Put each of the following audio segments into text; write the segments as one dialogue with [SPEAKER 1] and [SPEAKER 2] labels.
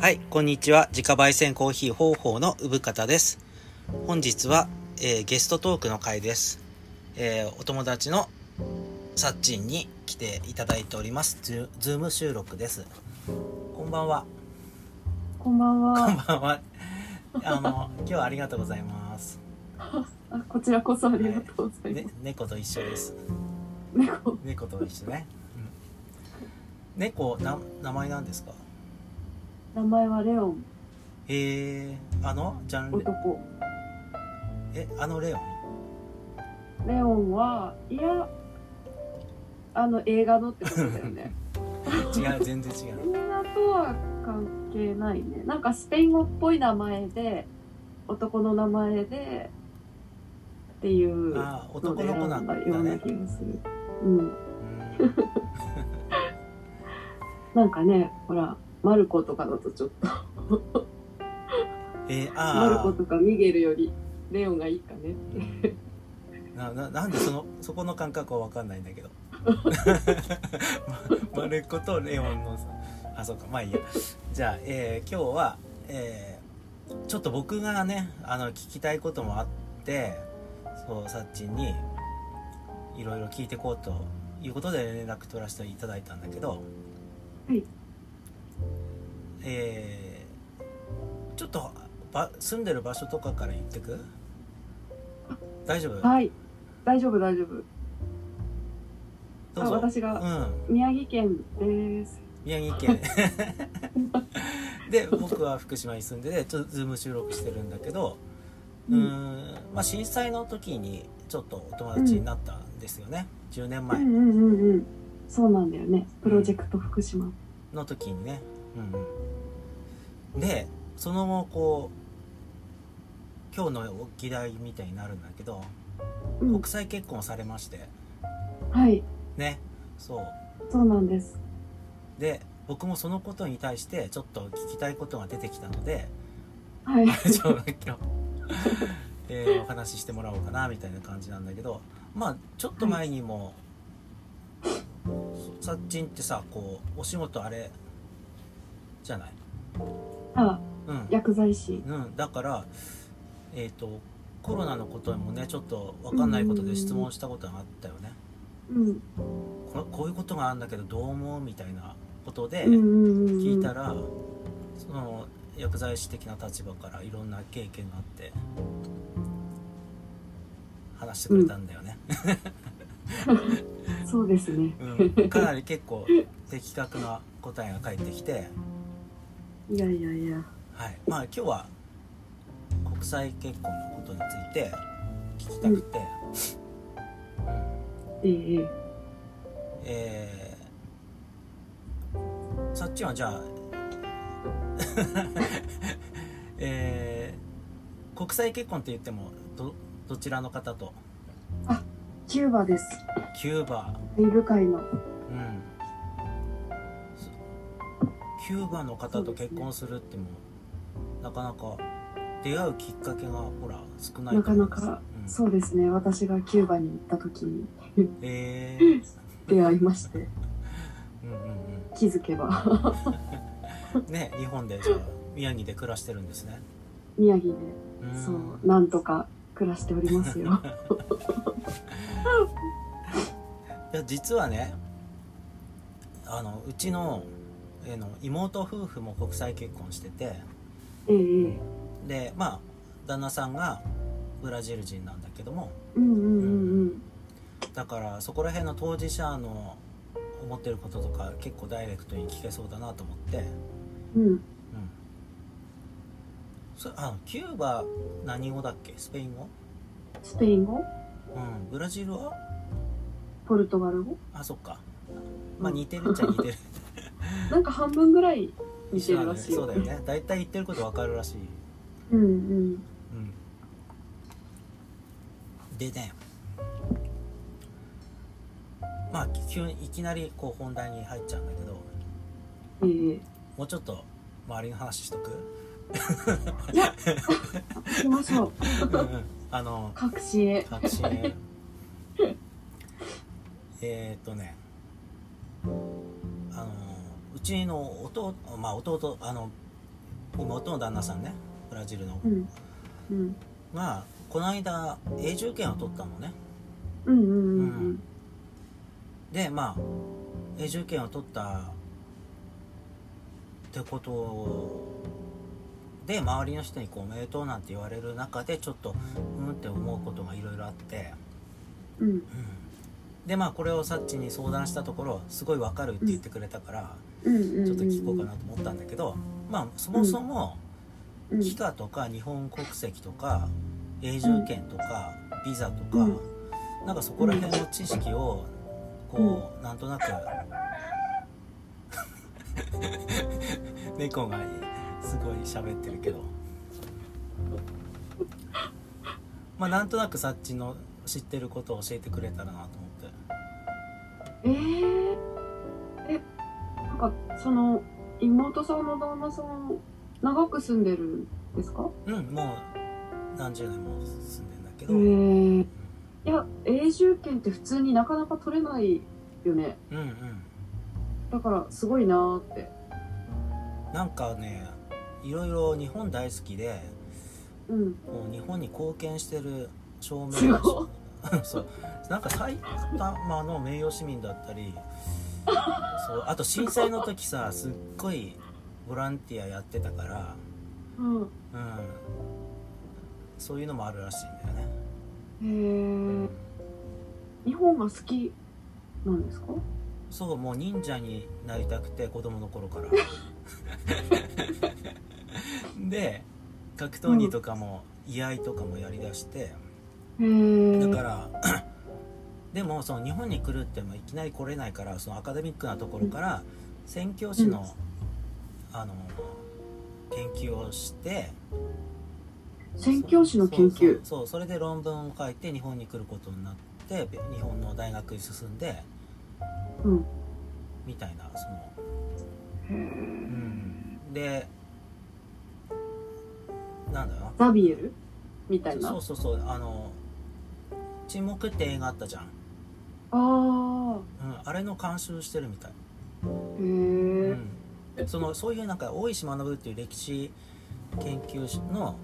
[SPEAKER 1] はい、こんにちは。自家焙煎コーヒー方法の産方です。本日は、えーゲストトークの回です。えーお友達のさっちんに来ていただいております。ズズーム収録です。こんばんは。
[SPEAKER 2] こんばん
[SPEAKER 1] こん
[SPEAKER 2] は。
[SPEAKER 1] ばんは。 あの、今日はありがとうございます。
[SPEAKER 2] あ、こちらこそありがとうござい
[SPEAKER 1] ね
[SPEAKER 2] ま、
[SPEAKER 1] 猫と一緒です。
[SPEAKER 2] す。猫、
[SPEAKER 1] 猫と一緒ね。うん、猫、な、名前なんですか
[SPEAKER 2] 名前はレオン、
[SPEAKER 1] えー、あのジャンル、
[SPEAKER 2] 男。
[SPEAKER 1] え、あのレオン
[SPEAKER 2] レオンは、いや、あの映画のってことだよ ね。
[SPEAKER 1] 違う、全然違う。
[SPEAKER 2] 映画とは関係ないね。なんかスペイン語っぽい名前で、男の名前で、っていうの
[SPEAKER 1] ああ
[SPEAKER 2] で
[SPEAKER 1] 男の子なんだ
[SPEAKER 2] 選んだような
[SPEAKER 1] ね
[SPEAKER 2] 気がする。うん。
[SPEAKER 1] うん
[SPEAKER 2] なんかね、ほら、マルコとかだとちょっと、
[SPEAKER 1] えー、
[SPEAKER 2] マル
[SPEAKER 1] あ
[SPEAKER 2] コとかミゲルより、レオンがいいかね。
[SPEAKER 1] あなななんでそのそこの感覚は分かんないんだけ どまマルコとレオンのさあそうかまあいいやじゃあ、えー今日は、えーちょっと僕がねあの聞きたいこともあってそうさっちんにいろいろ聞いてこうということで連絡取らせていただいたんだけど
[SPEAKER 2] はい
[SPEAKER 1] えーちょっとば住んでる場所とかから言ってく大丈夫
[SPEAKER 2] はい。大丈夫、大丈夫。
[SPEAKER 1] どうぞ
[SPEAKER 2] あ私が
[SPEAKER 1] うん、
[SPEAKER 2] 宮城県です。
[SPEAKER 1] 宮城県で僕は福島に住んでてちょっとズーム収録してるんだけどうーんまあ、震災の時にちょっとお友達になったんですよね、10年
[SPEAKER 2] う
[SPEAKER 1] 前
[SPEAKER 2] んうんうんうん。そうなんだよね。プロジェクト福島。
[SPEAKER 1] の時にね、うんうん、でその後こう今日の議題みたいになるんだけど
[SPEAKER 2] うん
[SPEAKER 1] 国、際結婚をされまして
[SPEAKER 2] はい。
[SPEAKER 1] ねそう
[SPEAKER 2] そうなんです。
[SPEAKER 1] で僕もそのことに対してちょっと聞きたいことが出てきたので
[SPEAKER 2] はい。
[SPEAKER 1] ちょっと今日、えーお話ししてもらおうかなみたいな感じなんだけどまあちょっと前にも、さっちんってさこうお仕事あれじゃない
[SPEAKER 2] あ、
[SPEAKER 1] うん、
[SPEAKER 2] 薬剤師。
[SPEAKER 1] うん、だからえっ、とコロナのこともねちょっと分かんないことで質問したことがあったよね、
[SPEAKER 2] うん。
[SPEAKER 1] ここういうことがあるんだけどどう思うみたいなことで
[SPEAKER 2] うんうんうん。
[SPEAKER 1] 聞いた。ら、その薬剤師的な立場からいろんな経験があって話してくれたんだよね、
[SPEAKER 2] そうですね。
[SPEAKER 1] うんかなり結構的確な答えが返ってきて、
[SPEAKER 2] いやいやいや。
[SPEAKER 1] はい、まあ今日は国際結婚のことについて聞きたくて、うん
[SPEAKER 2] ええ
[SPEAKER 1] えー、さっちはじゃあ えー、国際結婚って言ってもどどちらの方と
[SPEAKER 2] キューバです。
[SPEAKER 1] キューバ
[SPEAKER 2] イブ会の。
[SPEAKER 1] うんそキューバの方と結婚するっても、なかなか出会うきっかけがほら少ないと思うんです
[SPEAKER 2] なかなか
[SPEAKER 1] うん、
[SPEAKER 2] そうですね。私がキューバに行った時に
[SPEAKER 1] えー、
[SPEAKER 2] 出会いまして、
[SPEAKER 1] うんうん
[SPEAKER 2] 気づけば
[SPEAKER 1] うんね日本でじゃあ宮城で暮らしてるんですね
[SPEAKER 2] 宮城で、
[SPEAKER 1] うん
[SPEAKER 2] そう、なんとか暮らしておりますよ。
[SPEAKER 1] いや実はねあのうちの,、えーの妹夫婦も国際結婚してて
[SPEAKER 2] ええええ
[SPEAKER 1] でまあ旦那さんがブラジル人なんだけども
[SPEAKER 2] うんうんうんうん。
[SPEAKER 1] だからそこら辺の当事者の思ってることとか結構ダイレクトに聞けそうだなと思って、うん、
[SPEAKER 2] うん。
[SPEAKER 1] そあキューバ何語だっけスペイン語、
[SPEAKER 2] スペイン語
[SPEAKER 1] うん、ブラジルは
[SPEAKER 2] ポルトガル語
[SPEAKER 1] あそっかまあ似てるっちゃ似てる
[SPEAKER 2] なんか半分ぐらい 似てるらしい
[SPEAKER 1] そうだよね大体言ってること分かるらしい
[SPEAKER 2] うんうん
[SPEAKER 1] うん、でねまあ急にいきなりこう本題に入っちゃうんだけど
[SPEAKER 2] ええ
[SPEAKER 1] もうちょっと周りの話しと く
[SPEAKER 2] 行きましょう
[SPEAKER 1] うんうんあの
[SPEAKER 2] 隠し絵
[SPEAKER 1] 確信 えーっとねあのうちの弟まあ弟あの妹の旦那さんねブラジルの
[SPEAKER 2] うんうん
[SPEAKER 1] まあこの間永住権を取ったのね
[SPEAKER 2] うんうんうん
[SPEAKER 1] でまあ永住権を取ったってことで周りの人にこう「おめでとう」なんて言われる中でちょっとうんって思うことがいろいろあって、
[SPEAKER 2] うんうん
[SPEAKER 1] うん、でまあこれをサッチに相談したところすごいわかるって言ってくれたから
[SPEAKER 2] うんうん
[SPEAKER 1] ちょっと聞こうかなと思ったんだけどまあそもそも
[SPEAKER 2] うん
[SPEAKER 1] 帰化とか日本国籍とか永住権とかビザとか
[SPEAKER 2] うん
[SPEAKER 1] なんかそこら辺の知識をこうなんとなく 猫がすごい喋ってるけどまあなんとなくさっちの知ってることを教えてくれたらなと思って
[SPEAKER 2] えー、えなんかその妹さんの旦那さん長く住んでるんですか
[SPEAKER 1] うんもう何十年も住んでんだけ
[SPEAKER 2] え
[SPEAKER 1] ど、うん
[SPEAKER 2] ー、いや永住権って普通になかなか取れないよね
[SPEAKER 1] うん
[SPEAKER 2] だからすごいなーって
[SPEAKER 1] なんかねいろいろ日本大好きで
[SPEAKER 2] うん
[SPEAKER 1] もう日本に貢献してる証明
[SPEAKER 2] すご
[SPEAKER 1] そうなんか埼玉の名誉市民だったりそうあと震災の時さすっごいボランティアやってたか
[SPEAKER 2] う
[SPEAKER 1] ら、う
[SPEAKER 2] ん
[SPEAKER 1] ん、そういうのもあるらしいんだよね、
[SPEAKER 2] え
[SPEAKER 1] うん
[SPEAKER 2] ー、日本が好きなんですか
[SPEAKER 1] そうもう忍者になりたくて子供の頃から で格闘技とかも居合とかもやりだして、
[SPEAKER 2] へえー、
[SPEAKER 1] だからでもその日本に来るってもいきなり来れないからそのアカデミックなところから宣教師の、あの研究をして
[SPEAKER 2] 宣教師の
[SPEAKER 1] そ
[SPEAKER 2] 研究
[SPEAKER 1] うそうそうそれで論文を書いて日本に来ることになってべ日本の大学に進んで
[SPEAKER 2] うん
[SPEAKER 1] みたいなその、う
[SPEAKER 2] へー
[SPEAKER 1] ん、でなんだろ
[SPEAKER 2] ザビエルみたいうな
[SPEAKER 1] そうそうそうあの「沈黙」って映画あったじゃん、
[SPEAKER 2] あ
[SPEAKER 1] うん、あれの監修してるみたい
[SPEAKER 2] あへえ
[SPEAKER 1] うん、そのそういうなんか大石学ぶっていう歴史研究室の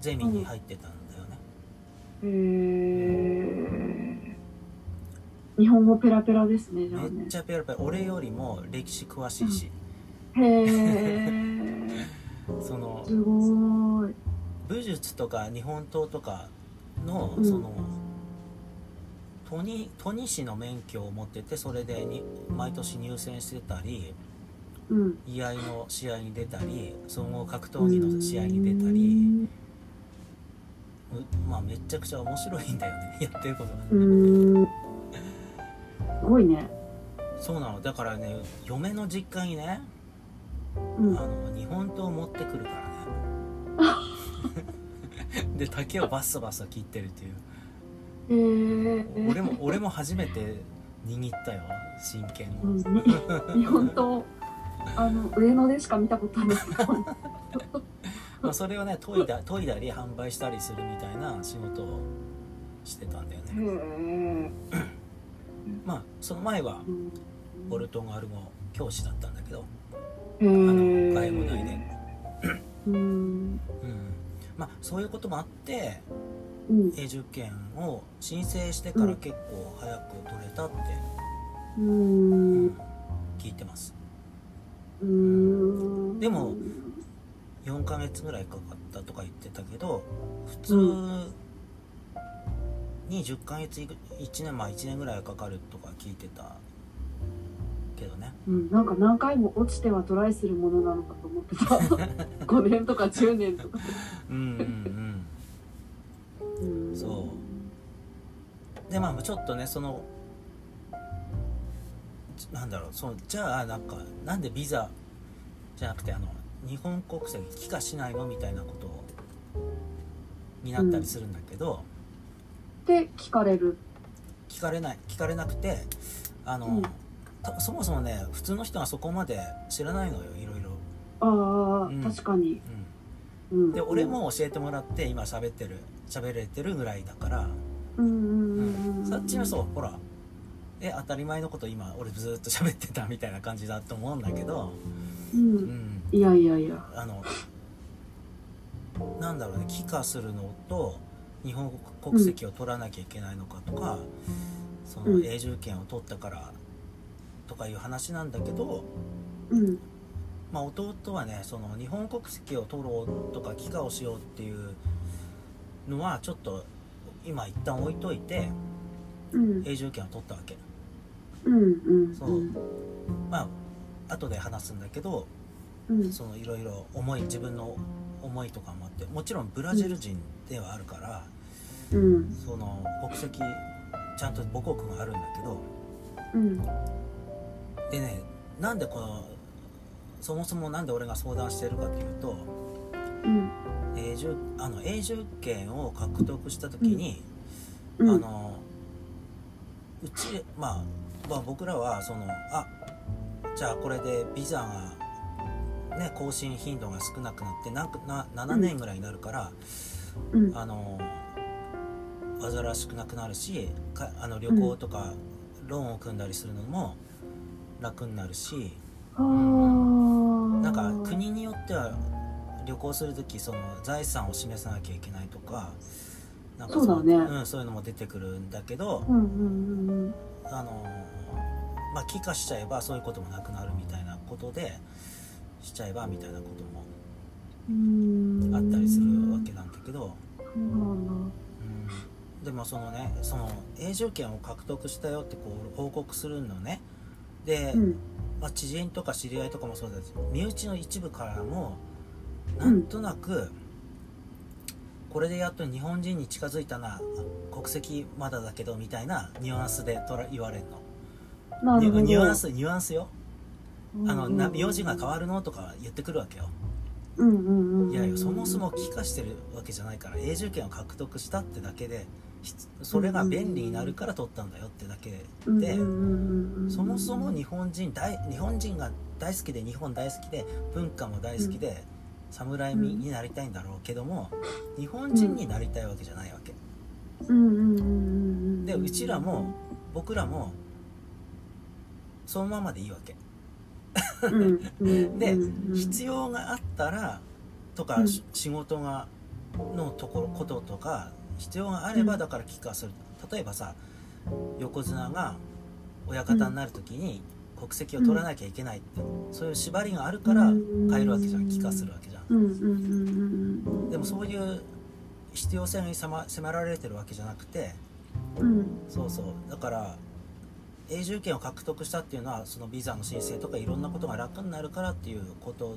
[SPEAKER 1] ゼミに入ってたんだよね、
[SPEAKER 2] へえ日本語ペラペラですねじゃあ
[SPEAKER 1] め
[SPEAKER 2] ね
[SPEAKER 1] っちゃペラペラ俺よりも歴史詳しいし、
[SPEAKER 2] へえ
[SPEAKER 1] その
[SPEAKER 2] すごーい
[SPEAKER 1] 武術とか日本刀とかの、
[SPEAKER 2] うん
[SPEAKER 1] その都に都に市の免許を持っててそれでに毎年入選してたり
[SPEAKER 2] うん
[SPEAKER 1] 居合の試合に出たり総合格闘技の試合に出たり、うまあめっちゃくちゃ面白いんだよね やってることが。
[SPEAKER 2] うーんすごいね
[SPEAKER 1] そうなのだからね嫁の実家にね、
[SPEAKER 2] う
[SPEAKER 1] あ
[SPEAKER 2] ん
[SPEAKER 1] の日本刀を持ってくる からねで竹をバッサバッサ切ってるっていう
[SPEAKER 2] へえ
[SPEAKER 1] 俺も俺も初めて握ったよ真剣を、
[SPEAKER 2] うんに日本刀あの上野でしか見たこと ない
[SPEAKER 1] まあ、それをね研いだ研いだり販売したりするみたいな仕事をしてたんだよ
[SPEAKER 2] へ
[SPEAKER 1] ね
[SPEAKER 2] え
[SPEAKER 1] まあその前は
[SPEAKER 2] うん
[SPEAKER 1] ポルトガル語教師だったんだけど
[SPEAKER 2] へえ
[SPEAKER 1] あの外語内で、
[SPEAKER 2] うん
[SPEAKER 1] うん、まあそういうこともあって
[SPEAKER 2] うん
[SPEAKER 1] 永住権を申請してから結構早く取れたって、
[SPEAKER 2] うーん
[SPEAKER 1] 聞いてます
[SPEAKER 2] うーん
[SPEAKER 1] でも4ヶ月ぐらいかかったとか言ってたけど普通に10ヶ月いく1年まあ1年ぐらいはかかるとか聞いてたけどね
[SPEAKER 2] うん、なんか何回も落ちてはトライするものなのかと思ってた 5年とか10年とか
[SPEAKER 1] うんうん
[SPEAKER 2] うん
[SPEAKER 1] そうんでまあちょっとねそのちなんだろうそのじゃあなんかなんでビザじゃなくてあの日本国籍帰化しないのみたいなことをになったりするんだけど、
[SPEAKER 2] って聞かれる
[SPEAKER 1] 聞かれない聞かれなくてあの、
[SPEAKER 2] うん
[SPEAKER 1] たそもそもね普通の人がそこまで知らないのよいろいろ、
[SPEAKER 2] ああ、
[SPEAKER 1] うん
[SPEAKER 2] 確かに、
[SPEAKER 1] う
[SPEAKER 2] うん、
[SPEAKER 1] ん、で俺も教えてもらって今喋ってる喋れてるぐらいだから、
[SPEAKER 2] うんうんうんうん
[SPEAKER 1] さっちのそうほらえ当たり前のこと今俺ずっと喋ってたみたいな感じだと思うんだけど、
[SPEAKER 2] う
[SPEAKER 1] うんん、
[SPEAKER 2] いやいやいや
[SPEAKER 1] あのなんだろうね帰化するのと日本国籍を取らなきゃいけないのかとか、その
[SPEAKER 2] うん
[SPEAKER 1] 永住権を取ったからとかいう話なんだけど、
[SPEAKER 2] うん
[SPEAKER 1] まあ、弟はねその日本国籍を取ろうとか帰化をしようっていうのはちょっと今一旦置いといて
[SPEAKER 2] うん
[SPEAKER 1] 永住権を取ったわけ。
[SPEAKER 2] うんうん
[SPEAKER 1] そうまあ後で話すんだけど
[SPEAKER 2] うん
[SPEAKER 1] そのいろいろ思い自分の思いとかもあってもちろんブラジル人ではあるから、
[SPEAKER 2] うん
[SPEAKER 1] その国籍ちゃんと母国があるんだけど
[SPEAKER 2] うん
[SPEAKER 1] でねなんでこのそもそもなんで俺が相談してるかっていうと
[SPEAKER 2] うん
[SPEAKER 1] 永住あの永住権を獲得した時に、
[SPEAKER 2] うん
[SPEAKER 1] あのうち、まあ、まあ僕らはそのあじゃあこれでビザが、ね、更新頻度が少なくなってなくな7年ぐらいになるから、
[SPEAKER 2] うん
[SPEAKER 1] あの煩わしくなくなるしかあの旅行とかローンを組んだりするのも楽になるし、
[SPEAKER 2] あー
[SPEAKER 1] なんか国によっては旅行する時その財産を示さなきゃいけないとかなんかの
[SPEAKER 2] そうだね
[SPEAKER 1] ん、そういうのも出てくるんだけど、
[SPEAKER 2] うんうんうん
[SPEAKER 1] あのまあ帰化しちゃえばそういうこともなくなるみたいなことでしちゃえばみたいなことも
[SPEAKER 2] うん
[SPEAKER 1] あったりするわけなんだけど、
[SPEAKER 2] そうなんだ
[SPEAKER 1] うん、でもそのねその永住権を獲得したよってこう報告するのねで、
[SPEAKER 2] うん
[SPEAKER 1] まあ、知人とか知り合いとかもそうだし身内の一部からもなんとなく、これでやっと日本人に近づいたな国籍まだだけどみたいなニュアンスでとら言われるの。
[SPEAKER 2] なる
[SPEAKER 1] ニ
[SPEAKER 2] ほど
[SPEAKER 1] ュニュアンスニュアンスよあのな名字が変
[SPEAKER 2] わ
[SPEAKER 1] わるのとか言ってくるわけよ
[SPEAKER 2] うんうんうん
[SPEAKER 1] いやいやそもそも帰化してるわけじゃないから永住権を獲得したってだけでひそれが便利になるから取ったんだよってだけでそもそも日本人大日本人が大好きで日本大好きで文化も大好きで侍になりたいんだろうけども日本人になりたいわけじゃないわけ
[SPEAKER 2] うんうんうんうん
[SPEAKER 1] でうちらも僕らもそのままでいいわけ
[SPEAKER 2] うんうん
[SPEAKER 1] で
[SPEAKER 2] うん
[SPEAKER 1] 必要があったらとか、
[SPEAKER 2] うん
[SPEAKER 1] し仕事がのところこととか必要があれば
[SPEAKER 2] うん
[SPEAKER 1] だから帰化する例えばさ横綱が親方になる時に国籍を取らなきゃいけないって、そういう縛りがあるから
[SPEAKER 2] うん
[SPEAKER 1] 変えるわけじゃん帰化するわけじゃん
[SPEAKER 2] うんうんうんうんうん
[SPEAKER 1] でもそういう必要性にさま迫られてるわけじゃなくて
[SPEAKER 2] うん
[SPEAKER 1] そうそうだから永住権を獲得したっていうのはそのビザの申請とかいろんなことが楽になるからっていうこと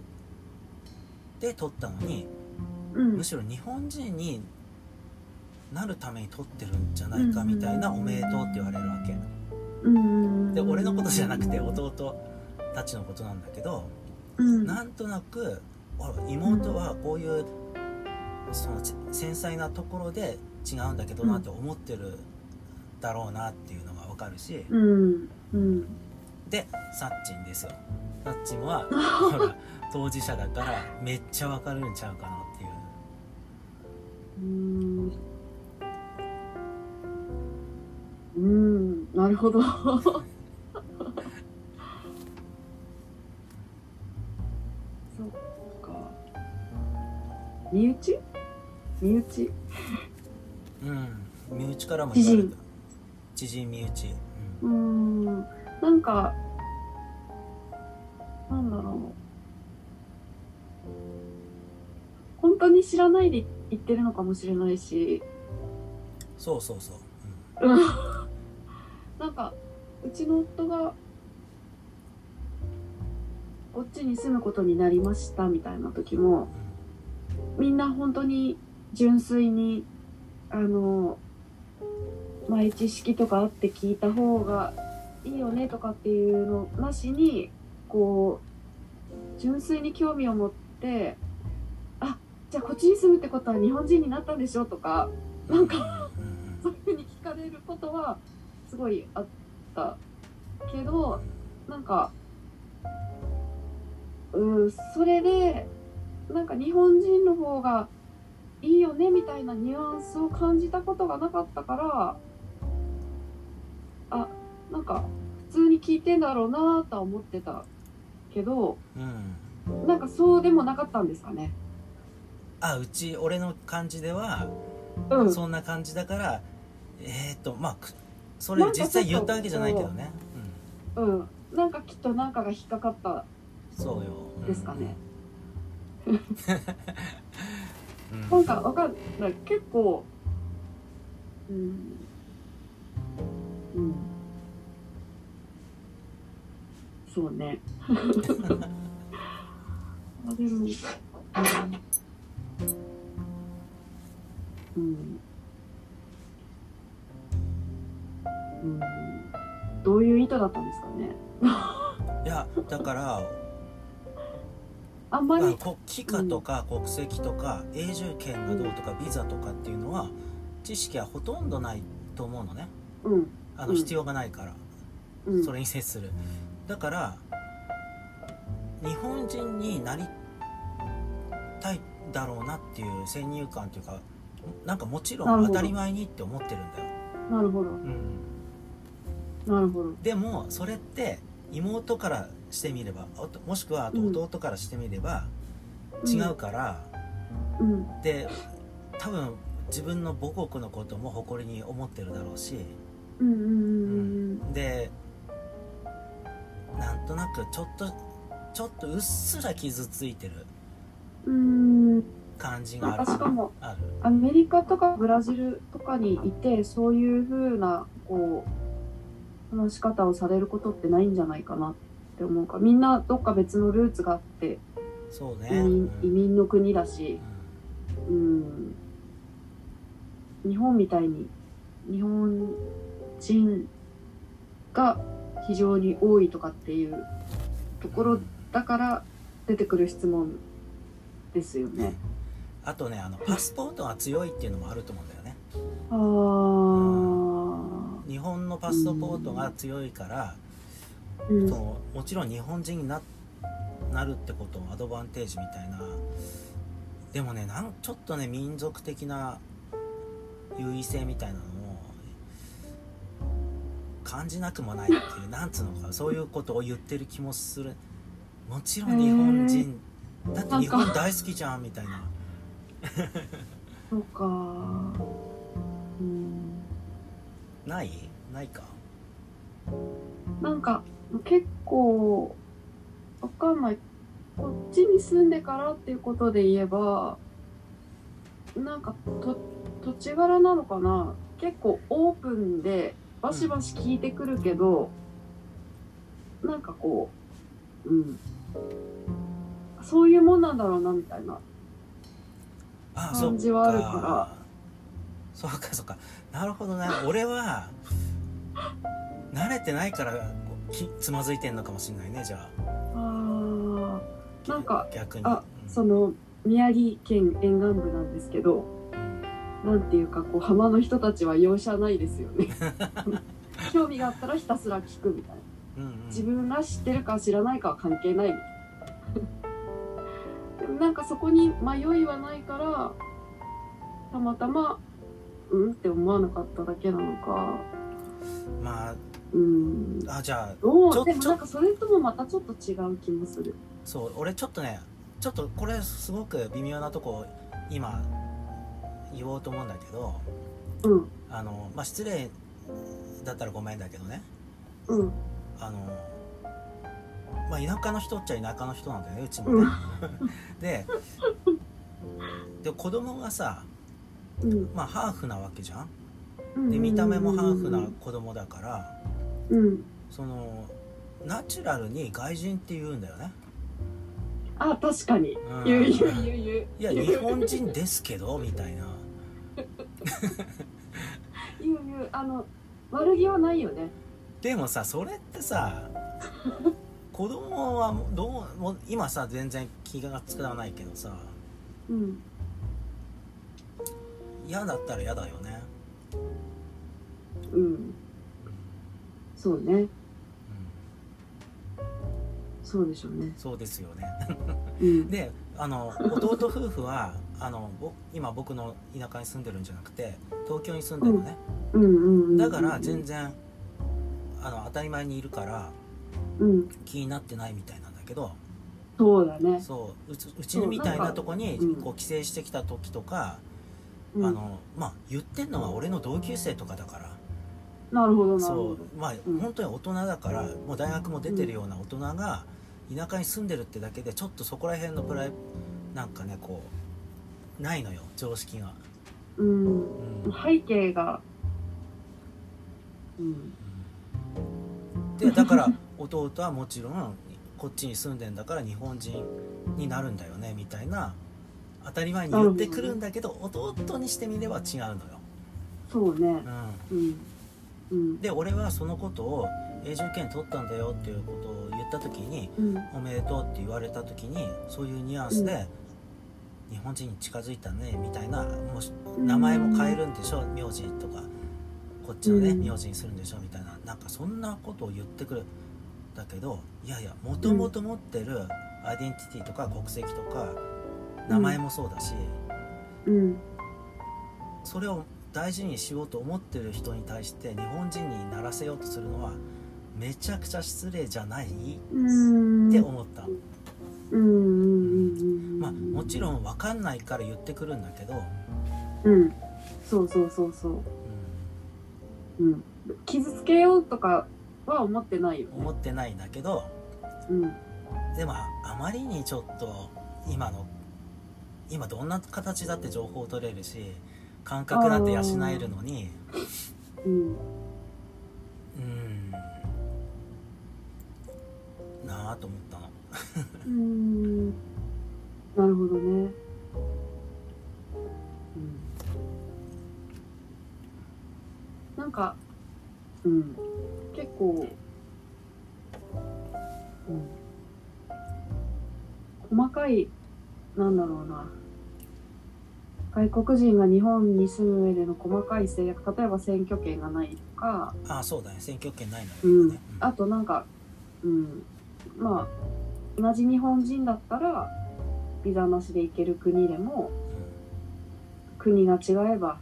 [SPEAKER 1] で取ったのに
[SPEAKER 2] うん
[SPEAKER 1] むしろ日本人になるために取ってるんじゃないかみたいな「おめでとう」って言われるわけ
[SPEAKER 2] うん
[SPEAKER 1] で俺のことじゃなくて弟たちのことなんだけど
[SPEAKER 2] うん
[SPEAKER 1] なんとなくあ妹はこういうそのち繊細なところで違うんだけどなって思ってるだろうなっていうのが分かるし
[SPEAKER 2] うんうん
[SPEAKER 1] でサッチンですよサッチンはほら当事者だからめっちゃ分かるんちゃうかなっていう
[SPEAKER 2] うんうんなるほど そっか身内身内
[SPEAKER 1] うん身内からも言われた知
[SPEAKER 2] 知人
[SPEAKER 1] 人身内、
[SPEAKER 2] うーんなんか、なんだろう。本当に知らないで言ってるのかもしれないし、
[SPEAKER 1] うん、そうそうそう、
[SPEAKER 2] うんなんか、うちの夫が、こっちに住むことになりましたみたいな時も、
[SPEAKER 1] うんう
[SPEAKER 2] みんな本当に純粋にあの前知識とかあって聞いた方がいいよねとかっていうのなしにこう純粋に興味を持ってあじゃあこっちに住むってことは日本人になったんでしょとか
[SPEAKER 1] ん、
[SPEAKER 2] なんか
[SPEAKER 1] うんうん
[SPEAKER 2] そういうふうに聞かれることはすごいあったけどなんか、うん、それで、なんか日本人の方がいいよねみたいなニュアンスを感じたことがなかったから、あ、なんか普通に聞いてんだろうなとは思ってたけど、
[SPEAKER 1] うんうん
[SPEAKER 2] なんかそうでもなかったんですかね。
[SPEAKER 1] あうち俺の感じでは
[SPEAKER 2] うん
[SPEAKER 1] そんな感じだからえー、っとまあくそれ
[SPEAKER 2] なんかちょ
[SPEAKER 1] 実
[SPEAKER 2] っと
[SPEAKER 1] 際言ったわけじゃないけどね
[SPEAKER 2] うんなんかきっとなんかが引っかかった
[SPEAKER 1] うんそうようん
[SPEAKER 2] ですかね
[SPEAKER 1] うん
[SPEAKER 2] なんかわかんない結構うんうんそうねあでもうんうんどういう意図だったんですかね
[SPEAKER 1] いやだから
[SPEAKER 2] あんま
[SPEAKER 1] あ
[SPEAKER 2] り
[SPEAKER 1] こ帰化とか国籍とか永住権がどうとかビザとかっていうのは知識はほとんどないと思うのね
[SPEAKER 2] うん
[SPEAKER 1] あの
[SPEAKER 2] うん
[SPEAKER 1] 必要がないから、
[SPEAKER 2] うん
[SPEAKER 1] それに接するだから日本人になりたいだろうなっていう先入観というかなんかもちろ
[SPEAKER 2] なる
[SPEAKER 1] ん当
[SPEAKER 2] ほど
[SPEAKER 1] たり前にって思ってるんだよ、
[SPEAKER 2] なるほど
[SPEAKER 1] うん、
[SPEAKER 2] なるほど
[SPEAKER 1] でもそれって妹からしてみればおともしくはあと
[SPEAKER 2] うん
[SPEAKER 1] 弟からしてみれば違うから、
[SPEAKER 2] うん
[SPEAKER 1] で多分自分の母国のことも誇りに思ってるだろうし
[SPEAKER 2] うんうん
[SPEAKER 1] でなんとなくちょっとちょっとうっすら傷ついてる
[SPEAKER 2] うんうんうん
[SPEAKER 1] 感じ
[SPEAKER 2] な
[SPEAKER 1] があ
[SPEAKER 2] んか
[SPEAKER 1] る
[SPEAKER 2] しかも
[SPEAKER 1] あ
[SPEAKER 2] アメリカとかブラジルとかにいてそういう風なこう話し方をされることってないんじゃないかなって思うかみんなどっか別のルーツがあって
[SPEAKER 1] るそうね
[SPEAKER 2] 移民移民の国だし、うん、日本みたいに日本人が非常に多いとかっていうところだから出てくる質問ですよね。
[SPEAKER 1] あとねあのパスポートが強いっていうのもあると思うんだよね
[SPEAKER 2] あー
[SPEAKER 1] 日本のパスポートが強いから、
[SPEAKER 2] うん
[SPEAKER 1] そのもちろん日本人にななるってこともアドバンテージみたいなでもねなんちょっとね民族的な優位性みたいなのも感じなくもないっていうなんつうのかそういうことを言ってる気もするもちろん日本人だって日
[SPEAKER 2] な
[SPEAKER 1] 本
[SPEAKER 2] んか
[SPEAKER 1] 大好きじゃんみたいな
[SPEAKER 2] そうか。うん。
[SPEAKER 1] ないないか
[SPEAKER 2] なんか、結構、わかんない。こっちに住んでからっていうことで言えば、なんか、と、土地柄なのかな結構オープンで、バシバシ聞いてくるけど、なんかこう、うん。そういうもんなんだろうな、みたいな。
[SPEAKER 1] ああそっ
[SPEAKER 2] 感じはある
[SPEAKER 1] か
[SPEAKER 2] か
[SPEAKER 1] そうかそうかなるほどね俺は慣れてないからこうきつまずいてんのかもしれないねじゃ
[SPEAKER 2] あ
[SPEAKER 1] あ
[SPEAKER 2] あ、なんか、
[SPEAKER 1] 逆に
[SPEAKER 2] あ
[SPEAKER 1] うん
[SPEAKER 2] その宮城県沿岸部なんですけど
[SPEAKER 1] うん
[SPEAKER 2] なんていうかこう浜の人たちは容赦ないですよね 興味があったらひたすら聞くみたいな
[SPEAKER 1] うんうん
[SPEAKER 2] 自分が知ってるか知らないかは関係ない みたいなでもなんかそこに迷いはないからたまたまうんって思わなかっただけなのか
[SPEAKER 1] ま
[SPEAKER 2] うん
[SPEAKER 1] ああじゃあ
[SPEAKER 2] ど
[SPEAKER 1] ちょ
[SPEAKER 2] うでも
[SPEAKER 1] ちょ
[SPEAKER 2] なんかそれともまたちょっと違う気もする
[SPEAKER 1] そう俺ちょっとねちょっとこれすごく微妙なとこ今言おうと思うんだけど
[SPEAKER 2] うん
[SPEAKER 1] あのまあ失礼だったらごめんだけどね
[SPEAKER 2] うん
[SPEAKER 1] あのまあ田舎の人っちゃ田舎の人なんだよねうちも
[SPEAKER 2] う
[SPEAKER 1] ね
[SPEAKER 2] ん、
[SPEAKER 1] でで子供がさ
[SPEAKER 2] うん
[SPEAKER 1] まあハーフなわけじゃん
[SPEAKER 2] うん
[SPEAKER 1] で見た目もハーフな子供だから
[SPEAKER 2] うん
[SPEAKER 1] そのナチュラルに外人って言うんだよね、
[SPEAKER 2] あ確かに
[SPEAKER 1] うん、
[SPEAKER 2] 言う言う言う言う
[SPEAKER 1] いや日本人ですけどみたいな
[SPEAKER 2] 言う言うあの悪気はないよね
[SPEAKER 1] でもさそれってさ子供はもうどうもう今さ全然気がつかないけどさ
[SPEAKER 2] うん
[SPEAKER 1] 嫌だったら嫌だよね、
[SPEAKER 2] うんそうね
[SPEAKER 1] う
[SPEAKER 2] そうでしょうね
[SPEAKER 1] ん、そうですよね
[SPEAKER 2] うん
[SPEAKER 1] であの弟夫婦はあのぼ今僕の田舎に住んでるんじゃなくて東京に住んでるのね、
[SPEAKER 2] うんうんうん
[SPEAKER 1] だから全然あの当たり前にいるから
[SPEAKER 2] うん
[SPEAKER 1] 気になってないみたいなんだけど
[SPEAKER 2] そうだね。
[SPEAKER 1] そううちうちみたいなとこに
[SPEAKER 2] うん
[SPEAKER 1] こう帰省してきた時とか、
[SPEAKER 2] うん
[SPEAKER 1] あのまあ言ってんのは俺の同級生とかだから、
[SPEAKER 2] なるほど、なる
[SPEAKER 1] そ
[SPEAKER 2] ほ
[SPEAKER 1] う
[SPEAKER 2] ど。
[SPEAKER 1] まあ
[SPEAKER 2] うん
[SPEAKER 1] 本当に大人だから、もう大学も出てるような大人が田舎に住んでるってだけでちょっとそこら辺のプライなんかねこうないのよ常識が、
[SPEAKER 2] うん。
[SPEAKER 1] うん
[SPEAKER 2] 背景が、うん。
[SPEAKER 1] でだから弟はもちろんこっちに住んでんだから日本人になるんだよねみたいな当たり前に言ってくるんだけど弟にしてみれば違うのよ、
[SPEAKER 2] そうね。
[SPEAKER 1] うん、
[SPEAKER 2] うん。うん。
[SPEAKER 1] で俺はそのことを永住権取ったんだよっていうことを言った時に
[SPEAKER 2] うん。
[SPEAKER 1] 「おめでとう」って言われた時にそういうニュアンスで「日本人に近づいたね」みたいなもし名前も変えるんでしょ名字とかこっちのね
[SPEAKER 2] うん
[SPEAKER 1] 名字にするんでしょみたいななんかそんなことを言ってくるだけどいやいやもともと持ってるアイデンティティとか国籍とか名前もそうだし
[SPEAKER 2] うん。
[SPEAKER 1] それを大事にしようと思ってる人に対して日本人にならせようとするのはめちゃくちゃ失礼じゃないっ
[SPEAKER 2] うん。
[SPEAKER 1] て思った、
[SPEAKER 2] うんうんうん。
[SPEAKER 1] まあもちろん分かんないから言ってくるんだけど、
[SPEAKER 2] ろん。うん。そうそうそうそ
[SPEAKER 1] う
[SPEAKER 2] う。うん。傷つけようとかは思ってないよ
[SPEAKER 1] ん、思
[SPEAKER 2] ね。
[SPEAKER 1] ってないんだけど
[SPEAKER 2] うん。
[SPEAKER 1] でもあまりにちょっと今の今どんな形だって情報を取れるし感覚だって養えるのに
[SPEAKER 2] うん。
[SPEAKER 1] うんなあと思ったの。
[SPEAKER 2] うん。なるほどね。うん。なんか、うん。結構、うん。細かい、なんだろうな。外国人が日本に住む上での細かい制約、例えば選挙権がないとか、
[SPEAKER 1] ああそうだね選挙権ないのよ、
[SPEAKER 2] うん
[SPEAKER 1] ね、
[SPEAKER 2] あとなんか、うん、まあ同じ日本人だったらビザなしで行ける国でも
[SPEAKER 1] うん
[SPEAKER 2] 国が違えば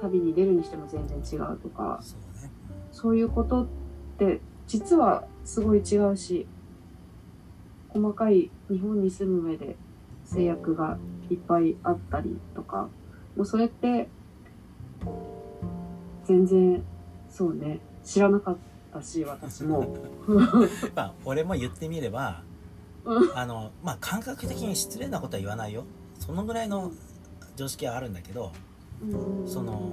[SPEAKER 2] 旅に出るにしても全然違うとか
[SPEAKER 1] そうね、
[SPEAKER 2] そういうことって実はすごい違うし細かい日本に住む上で制約がいっぱいあったりとかもうそれって全然そうね知らなかったし私も。
[SPEAKER 1] うん まあ俺も言ってみれば
[SPEAKER 2] う
[SPEAKER 1] あのまあ感覚的に失礼なことは言わないよそのぐらいの常識はあるんだけどその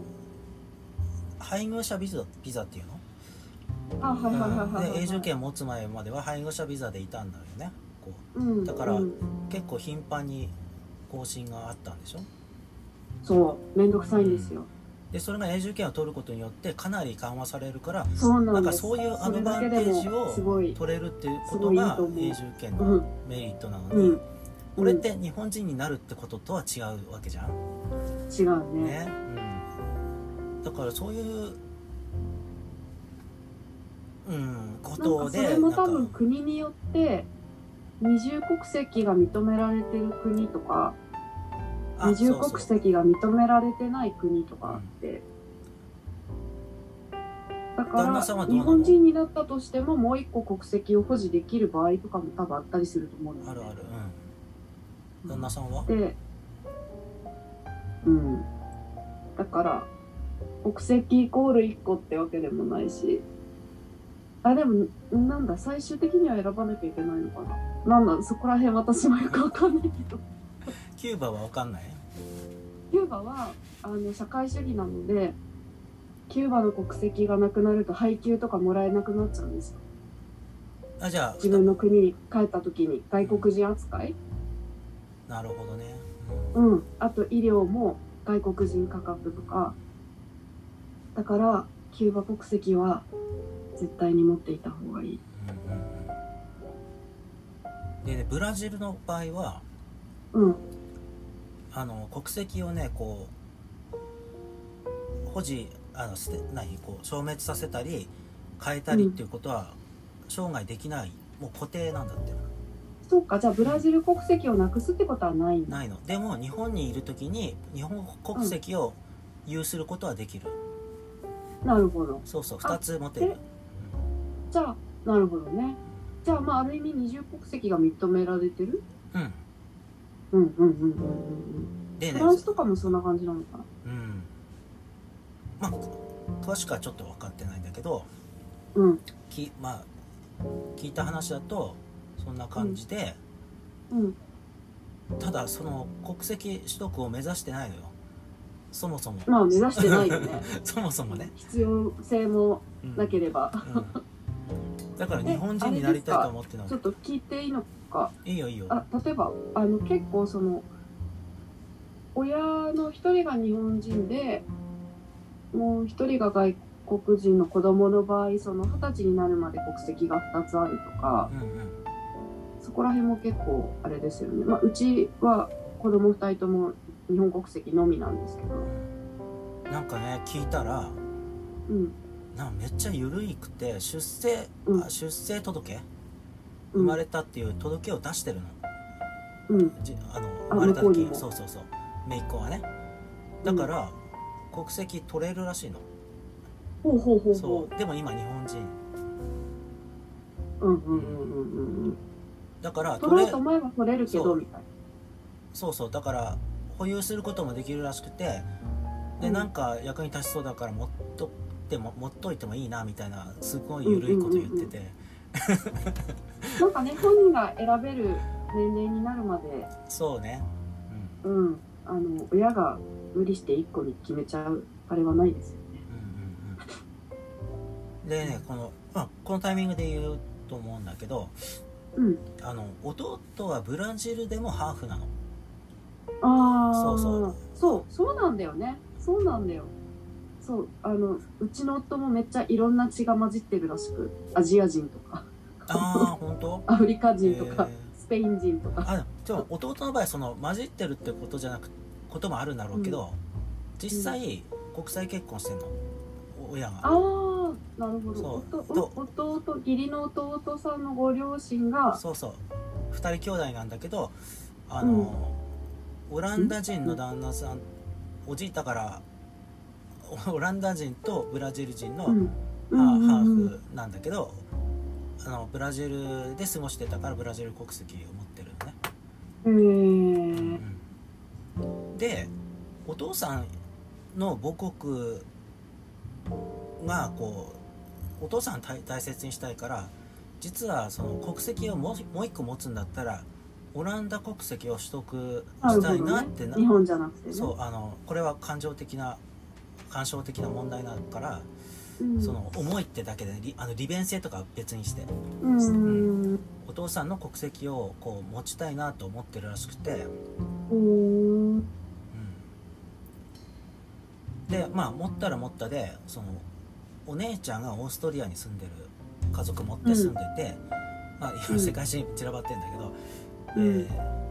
[SPEAKER 1] 配偶者ビザビザっていうの
[SPEAKER 2] あはいはいはいはいはい、
[SPEAKER 1] で永住権持つ前までは配偶者ビザでいたんだよねこ
[SPEAKER 2] うん
[SPEAKER 1] だから
[SPEAKER 2] うん
[SPEAKER 1] う結構頻繁に更新があったんでしょ
[SPEAKER 2] そうめんどくさいんですよ、
[SPEAKER 1] でそれが永住権を取ることによってかなり緩和されるから
[SPEAKER 2] そう
[SPEAKER 1] な
[SPEAKER 2] なん
[SPEAKER 1] ん
[SPEAKER 2] で
[SPEAKER 1] か
[SPEAKER 2] す
[SPEAKER 1] そういうア
[SPEAKER 2] そ
[SPEAKER 1] ド
[SPEAKER 2] れ
[SPEAKER 1] バ
[SPEAKER 2] だ
[SPEAKER 1] ン
[SPEAKER 2] け
[SPEAKER 1] テ
[SPEAKER 2] で
[SPEAKER 1] ー
[SPEAKER 2] も
[SPEAKER 1] ジ
[SPEAKER 2] す
[SPEAKER 1] を
[SPEAKER 2] ごい
[SPEAKER 1] 取れるっていうこと
[SPEAKER 2] すごいいい
[SPEAKER 1] が
[SPEAKER 2] と思う
[SPEAKER 1] 永住権
[SPEAKER 2] う
[SPEAKER 1] の
[SPEAKER 2] ん
[SPEAKER 1] メリットなの
[SPEAKER 2] う
[SPEAKER 1] に
[SPEAKER 2] ん
[SPEAKER 1] これって日本人になるってこととは違うわけじゃん
[SPEAKER 2] 違うね
[SPEAKER 1] ね、うん、だからそういう、うん、こ
[SPEAKER 2] なんか
[SPEAKER 1] と
[SPEAKER 2] そ
[SPEAKER 1] で
[SPEAKER 2] れも多分
[SPEAKER 1] なんか
[SPEAKER 2] 国によって二重国籍が認められてる国とか
[SPEAKER 1] あ
[SPEAKER 2] 二重
[SPEAKER 1] そうそう
[SPEAKER 2] 国籍が認められてない国とかあってだ
[SPEAKER 1] 旦
[SPEAKER 2] か
[SPEAKER 1] 那さんは
[SPEAKER 2] ら
[SPEAKER 1] どうなの
[SPEAKER 2] 日本人になったとしてももう一個国籍を保持できる場合とかも多分あったりすると思うんだ
[SPEAKER 1] あ
[SPEAKER 2] よね
[SPEAKER 1] るある、うん、旦那さんは、
[SPEAKER 2] でうんだから国籍イコール1個ってわけでもないしあでもなんだ最終的には選ばなきゃいけないのかななんだそこら辺私もよくわかんないけど
[SPEAKER 1] キューバは分かんない
[SPEAKER 2] キューバはあの社会主義なのでキューバの国籍がなくなると配給とかもらえなくなっちゃうんですよ
[SPEAKER 1] あじゃあ
[SPEAKER 2] 自分の国に帰った時に外国人扱い
[SPEAKER 1] なるほどね、
[SPEAKER 2] うん、あと医療も外国人価格とかだからキューバ国籍は絶対に持っていた方がいい、
[SPEAKER 1] うんうんうんでねブラジルの場合は
[SPEAKER 2] うん、
[SPEAKER 1] あの国籍をねこう保持あの捨て何こう消滅させたり変えたりっていうことは生涯できない、もう固定なんだって
[SPEAKER 2] そうかじゃあブラジル国籍をなくすってことはないんだ
[SPEAKER 1] ないのでも日本にいる時に日本国籍を有することはできる、
[SPEAKER 2] なるほど
[SPEAKER 1] そうそう2つ持てる
[SPEAKER 2] じゃあなるほどねじゃあまあある意味二重国籍が認められてる
[SPEAKER 1] うん
[SPEAKER 2] うんうんうんうんうん
[SPEAKER 1] で
[SPEAKER 2] フ
[SPEAKER 1] ね
[SPEAKER 2] ランスとかもそんな感じなのかな
[SPEAKER 1] うんまあ詳しくはちょっと分かってないんだけど
[SPEAKER 2] うん
[SPEAKER 1] きまあ聞いた話だとそんな感じで、
[SPEAKER 2] うん
[SPEAKER 1] ただその国籍取得を目指してないのよそもそも
[SPEAKER 2] まあ目指してないよね
[SPEAKER 1] そもそもね、
[SPEAKER 2] 必要性も
[SPEAKER 1] うん
[SPEAKER 2] なければ
[SPEAKER 1] うんだから日本人になりたいと思ってない
[SPEAKER 2] ちょっと聞いていいのか
[SPEAKER 1] いいよいいよ
[SPEAKER 2] あ例えばあの結構その親の一人が日本人でもう一人が外国人の子供の場合その二十歳になるまで国籍が2つあるとか
[SPEAKER 1] うんうん
[SPEAKER 2] そこら辺も結構あれですよね、まあ、うちは子供二人とも日本国籍のみなんですけど
[SPEAKER 1] なんかね聞いたら
[SPEAKER 2] うん
[SPEAKER 1] なんかめっちゃ緩いくて出生、
[SPEAKER 2] うん
[SPEAKER 1] あ出生届
[SPEAKER 2] う
[SPEAKER 1] 生
[SPEAKER 2] ん
[SPEAKER 1] まれたっていう届けを出してるの
[SPEAKER 2] うん
[SPEAKER 1] じあの
[SPEAKER 2] あ
[SPEAKER 1] 生まれた
[SPEAKER 2] 向こうに
[SPEAKER 1] 時
[SPEAKER 2] も
[SPEAKER 1] そうそうそう姪っ子はねだから、国籍取れるらしいの
[SPEAKER 2] ほうほうほうほ
[SPEAKER 1] そうでも今日本人
[SPEAKER 2] ううんうんうんうんうんうん
[SPEAKER 1] だから
[SPEAKER 2] 取
[SPEAKER 1] 取
[SPEAKER 2] ろう
[SPEAKER 1] れ
[SPEAKER 2] と思えば取れるけ
[SPEAKER 1] そ
[SPEAKER 2] ど
[SPEAKER 1] う
[SPEAKER 2] みたい
[SPEAKER 1] そうそうだから保有することもできるらしくてで
[SPEAKER 2] うん
[SPEAKER 1] なんか役に立ちそうだから持っとっても持っといてもいいなみたいなすごい緩いこと言ってて、
[SPEAKER 2] ななんかね本人が選べる年齢になるまで
[SPEAKER 1] そうね、
[SPEAKER 2] うん、あの親が無理して一個に決めちゃうあれはないですよね
[SPEAKER 1] うん、うんうんうんでねこの、まあ、このタイミングで言うと思うんだけど
[SPEAKER 2] うん
[SPEAKER 1] あの弟はブラジルでもハーフなの
[SPEAKER 2] ああ
[SPEAKER 1] そうそう
[SPEAKER 2] そうそうなんだよねそうなんだよそうあのうちの夫もめっちゃいろんな血が混じってるらしくアジア人とか
[SPEAKER 1] ああ本当
[SPEAKER 2] アフリカ人とか、
[SPEAKER 1] へー
[SPEAKER 2] スペイン人とか
[SPEAKER 1] あでも弟の場合その混じってるってことじゃなくこともあるんだろうけど、実際国際結婚してんのお親が
[SPEAKER 2] ああなるほど
[SPEAKER 1] そう
[SPEAKER 2] 弟弟義理の弟さんのご両親が
[SPEAKER 1] そうそう2人兄弟なんだけどあの、オランダ人の旦那さんおじいだから おオランダ人とブラジル人のハ,、
[SPEAKER 2] うん
[SPEAKER 1] ハ
[SPEAKER 2] うんうん
[SPEAKER 1] ーフなんだけどあのブラジルで過ごしてたからブラジル国籍を持ってるのね、
[SPEAKER 2] うんへえ
[SPEAKER 1] うんでお父さんの母国がこうお父さん大大切にしたいから実はその国籍をもうもう一個持つんだったらオランダ国籍を取得したいなってな、
[SPEAKER 2] 日本じゃなくてね
[SPEAKER 1] そうあのこれは感情的な感傷的な問題だから、
[SPEAKER 2] うん
[SPEAKER 1] その思いってだけでりあの利便性とかは別にして
[SPEAKER 2] うんうん
[SPEAKER 1] お父さんの国籍をこう持ちたいなと思ってるらしくて。
[SPEAKER 2] うん
[SPEAKER 1] うんでまあ持ったら持ったでそのお姉ちゃんがオーストリアに住んでる家族持って住んでて、まあ
[SPEAKER 2] う
[SPEAKER 1] 今
[SPEAKER 2] ん
[SPEAKER 1] 世界中に散らばってんだけど、
[SPEAKER 2] うん
[SPEAKER 1] え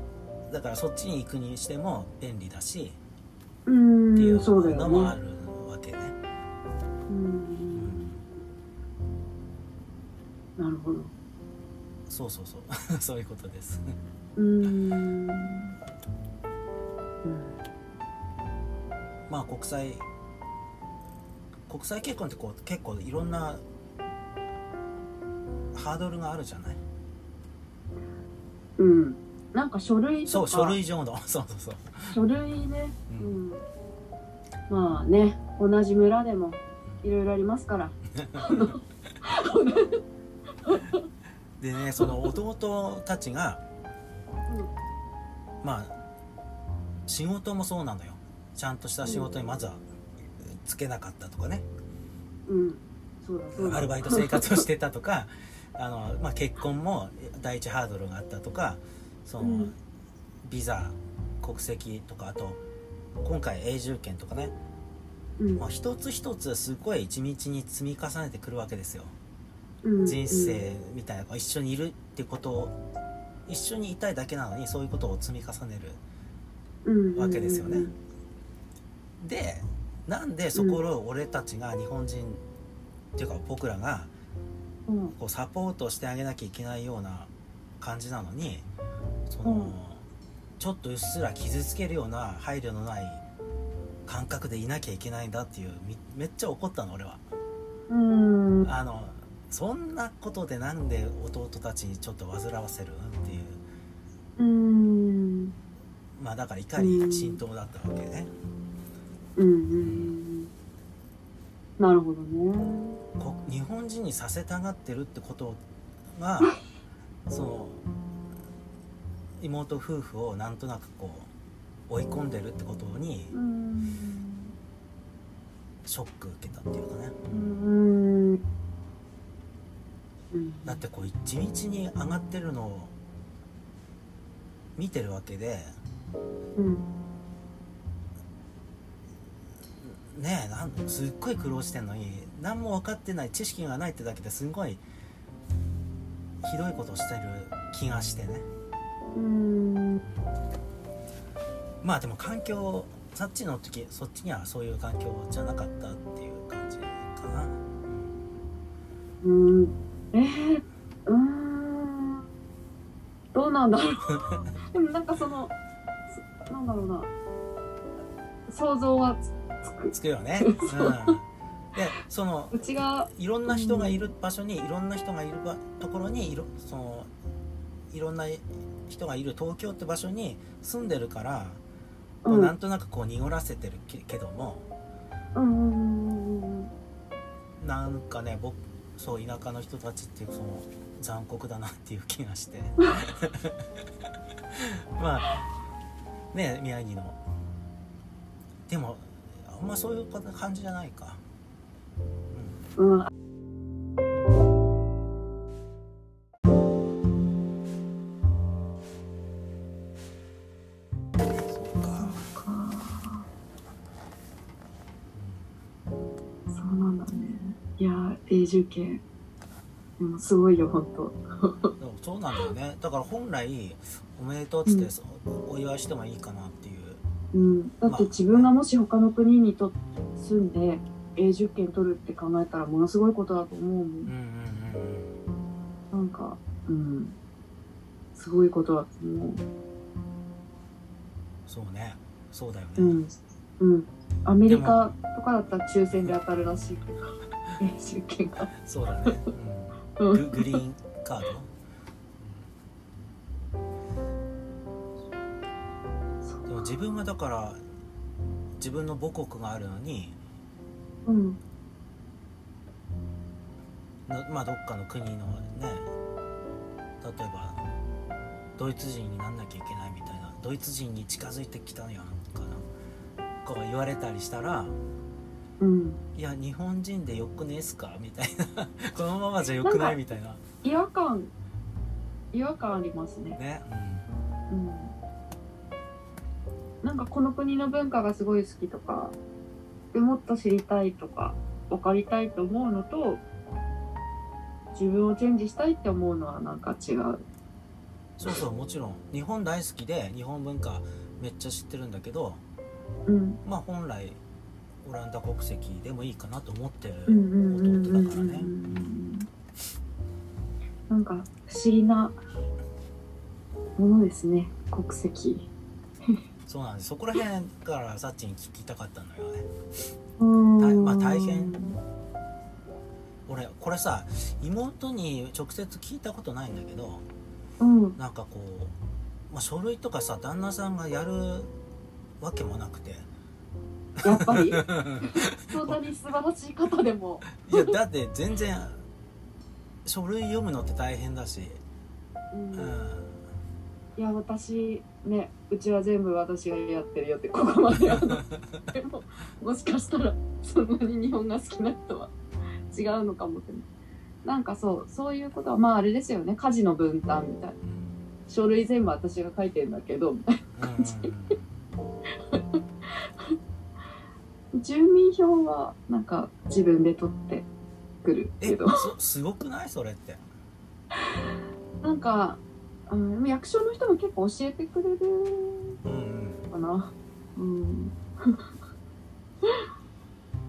[SPEAKER 1] ーだからそっちに行くにしても便利だし
[SPEAKER 2] う
[SPEAKER 1] ってい
[SPEAKER 2] ーん、そうだ
[SPEAKER 1] うのもあ
[SPEAKER 2] よね。
[SPEAKER 1] るわけね。
[SPEAKER 2] うん、なるほど。
[SPEAKER 1] そうそう そうそういうことです。
[SPEAKER 2] うーん。うん
[SPEAKER 1] まあ国際国際結婚ってこう結構いろんなハードルがあるじゃない。
[SPEAKER 2] うん。なんか書類
[SPEAKER 1] そ
[SPEAKER 2] と
[SPEAKER 1] う
[SPEAKER 2] か。
[SPEAKER 1] 書類上の そうそうそう。
[SPEAKER 2] 書類ね。
[SPEAKER 1] う
[SPEAKER 2] うんん。まあね、同じ村でもいろいろありますから。
[SPEAKER 1] でねその弟たちがまあ仕事もそうなのよちゃんとした仕事にまずはつけなかったとかね
[SPEAKER 2] うん。うん。そうだそうだ。
[SPEAKER 1] アルバイト生活をしてたとかあの、まあ、結婚も第一ハードルがあったとかその、
[SPEAKER 2] うん
[SPEAKER 1] ビザ国籍とかあと今回永住権とかね
[SPEAKER 2] うん
[SPEAKER 1] もう一つ一つすごい地道に積み重ねてくるわけですよ
[SPEAKER 2] うん
[SPEAKER 1] 人生みたいな一緒にいるってことを一緒にいたいだけなのにそういうことを積み重ねるわけですよね。でなんでそこを俺たちが日本人、っていうか僕らが
[SPEAKER 2] うんうん
[SPEAKER 1] こうサポートしてあげなきゃいけないような感じなのにその、
[SPEAKER 2] うん
[SPEAKER 1] ちょっとうっすら傷つけるような配慮のない感覚でいなきゃいけないんだっていうみめっちゃ怒ったの俺は。
[SPEAKER 2] うん。うん。
[SPEAKER 1] あのそんなことでなんで弟たちにちょっと煩わせるっていう
[SPEAKER 2] うん
[SPEAKER 1] まあだから怒り浸透だったわけね、
[SPEAKER 2] うんうんなるほどね
[SPEAKER 1] こ日本人にさせたがってるってことがその妹夫婦をなんとなくこう追い込んでるってことに
[SPEAKER 2] うん
[SPEAKER 1] ショック受けたっていうかね
[SPEAKER 2] うんうん
[SPEAKER 1] だってこう地道に上がってるのを見てるわけで
[SPEAKER 2] うん
[SPEAKER 1] ねえなんすっごい苦労してんのに何も分かってない知識がないってだけですんごいひどいことをしてる気がしてね
[SPEAKER 2] うん
[SPEAKER 1] まあでも環境さっちの時そっちにはそういう環境じゃなかったっていう感じかな
[SPEAKER 2] うんえー、うーんどうなんだろうでもなんかそのそなんだろうな想像はつつく
[SPEAKER 1] つくよ ね、うん、でその
[SPEAKER 2] うちが
[SPEAKER 1] いろんな人がいる場所にいろんな人がいるばところにいろそのいろんな人がいる東京って場所に住んでるから、こう
[SPEAKER 2] うん
[SPEAKER 1] なんとなくこう濁らせてるけけども
[SPEAKER 2] うんうん
[SPEAKER 1] なんかね僕そう田舎の人たちってその残酷だなっていう気がして まあね宮城のでもあんまそういう感じじゃないか、
[SPEAKER 2] うんうん
[SPEAKER 1] うん、そうか
[SPEAKER 2] そうなんだねいやー永住権でもすごいよほんと
[SPEAKER 1] でもそうなんだよねだから本来おめでとうっつって、そうお祝いしてもいいかなっていう
[SPEAKER 2] うんだって自分がもし他の国にと住んで永住権取るって考えたらものすごいことだと思うも
[SPEAKER 1] うん
[SPEAKER 2] ん
[SPEAKER 1] うんうん
[SPEAKER 2] なんか、うん。すごいことだと思う。
[SPEAKER 1] そうねそうだよね、
[SPEAKER 2] うん。うん。アメリカとかだったら抽選で当たるらしいけど。練習券が。
[SPEAKER 1] そうだね、
[SPEAKER 2] う
[SPEAKER 1] うんん、ググリーンカード
[SPEAKER 2] そ
[SPEAKER 1] でも自分がだから自分の母国があるのに
[SPEAKER 2] うん。
[SPEAKER 1] のまあどっかの国のね例えばドイツ人になんなきゃいけないみたいなドイツ人に近づいてきたんやんかなこう言われたりしたら
[SPEAKER 2] うん。
[SPEAKER 1] いや日本人でよくねえっすかみたいな このままじゃよくないみたいな
[SPEAKER 2] 違和感、違和感ありますね。
[SPEAKER 1] ね、
[SPEAKER 2] うん。なんかこの国の文化がすごい好きとか、でもっと知りたいとか、分かりたいと思うのと、自分をチェンジしたいって思うのはなんか違う。
[SPEAKER 1] そうそうもちろん日本大好きで日本文化めっちゃ知ってるんだけど
[SPEAKER 2] うん。
[SPEAKER 1] まあ本来オランダ国籍でもいいかなと思ってる
[SPEAKER 2] うんうんうんうんう
[SPEAKER 1] 弟だから
[SPEAKER 2] ん
[SPEAKER 1] ね
[SPEAKER 2] なんか不思議なものですね国籍
[SPEAKER 1] そうなんですそこら辺からさっちに聞きたかったのよね
[SPEAKER 2] うん
[SPEAKER 1] まあ大変俺これさ妹に直接聞いたことないんだけど
[SPEAKER 2] うん
[SPEAKER 1] なんかこう、まあ、書類とかさ旦那さんがやるわけもなくて
[SPEAKER 2] やっぱりそんなに素晴らしい方でも
[SPEAKER 1] い やだって全然書類読むのって大変だし、
[SPEAKER 2] う
[SPEAKER 1] うんん、
[SPEAKER 2] いや私ねうちは全部私がやってるよってここまであのでももしかしたらそんなに日本が好きな人は違うのかもってなんかそうそういうことはまああれですよね家事の分担みたいな書類全部私が書いてるんだけどみたい
[SPEAKER 1] うん
[SPEAKER 2] な住民票はなんか自分で取ってくるけ
[SPEAKER 1] え
[SPEAKER 2] ど
[SPEAKER 1] そ すごくないそれって
[SPEAKER 2] なんか、うん、でも役所の人も結構教えてくれる
[SPEAKER 1] うんうん
[SPEAKER 2] かなうん